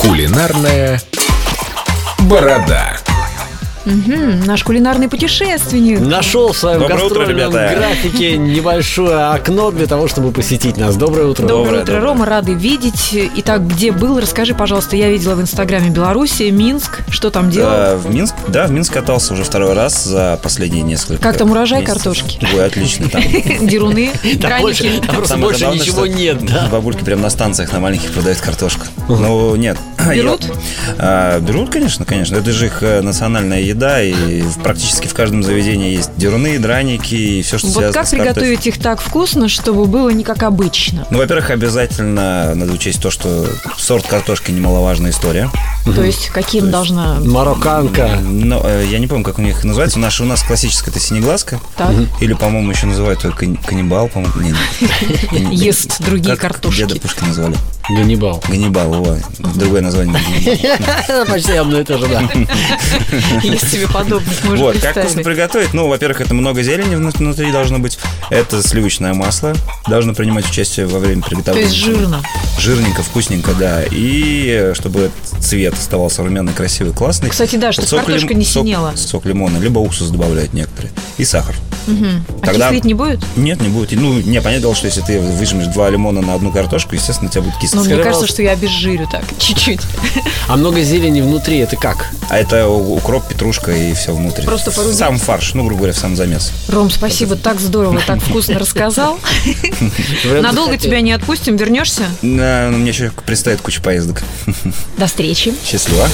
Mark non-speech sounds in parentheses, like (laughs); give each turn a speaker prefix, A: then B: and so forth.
A: Кулинарная борода.
B: Мгм, наш кулинарный
C: Ну,
B: путешественник.
D: Нашел в своем
C: Доброе утро,
D: гастрольном
C: ребята.
D: графике небольшое окно для того, чтобы посетить нас. Доброе утро.
B: Доброе
C: Доброе,
B: утро,
C: доброе.
B: Рома, рады видеть. Итак, где был? Расскажи, пожалуйста, я видела в Инстаграме Белоруссия, Минск. Что там делал?
C: А, в Минск, да, в Минск катался уже второй раз за последние несколько.
B: Как там урожай
C: месяцев.
B: картошки?
C: Ой, отлично там.
B: (laughs)
C: (laughs)
B: Деруны,
D: Там больше,
B: драники.
D: там просто
C: Самое
D: больше
C: забавное,
D: ничего
C: что
D: нет, да.
C: Бабульки прям на станциях на маленьких продают картошку. Ну, нет. (clears throat)
B: Берут?
C: Я- а, берут, конечно, конечно. Это же их э, национальная еда, и в- практически в каждом заведении есть деруны, драники и все, что
B: Вот
C: связано
B: как
C: с картофелем.
B: приготовить их так вкусно, чтобы было не как обычно?
C: Ну, во-первых, обязательно надо учесть то, что сорт картошки немаловажная история.
B: То есть, каким должна...
D: Марокканка.
C: Но э, я не помню, как у них называется. Наша у нас классическая это синеглазка.
B: Так,
C: Или, по-моему, еще называют ее кан- каннибал, по-моему.
B: (laughs)
C: Не, не.
B: ест другие
C: Как
B: картошки.
C: Деда Пушкина назвали.
D: Ганнибал.
C: Ганнибал, его.
B: (laughs)
C: Другое название.
D: (laughs)
C: Ганнибал.
D: Почти одно и то же, да.
B: (laughs) Есть себе подобных, можно
C: Вот, как вкусно
B: представить.
C: приготовить? Ну, во-первых, это много зелени вну- внутри должно быть. Это сливочное масло. Должно принимать участие во время
B: То
C: приготовления.
B: есть жирно.
C: Жирненько, вкусненько, да. И э, чтобы цвет оставался румяный, красивый, классный.
B: Кстати, да, чтобы
C: Сок лим-
B: картошка не
C: сок-
B: синела.
C: Сок лимона, либо уксус добавляют некоторые. И сахар.
B: А
C: Тогда-
B: кислить не будет?
C: Нет, не будет. Ну, не, понятное дело, что если ты выжмешь два лимона на одну картошку, естественно, у тебя будет
B: Ну,
C: кислота.
B: мне
D: Скажи,
B: кажется,
D: пожалуйста.
B: что я обезжирю так, (laughs) чуть-чуть.
D: А много зелени внутри, это как?
C: А это у- укроп, петрушка и все внутри.
B: Просто порубить.
C: Сам фарш, ну, грубо говоря, в сам замес.
B: Ром, спасибо, так здорово, так вкусно рассказал.
D: Вариант
B: Надолго
D: захотел.
B: тебя не отпустим, вернешься?
C: На- ну, мне еще предстоит куча поездок.
B: До встречи.
C: Счастливо.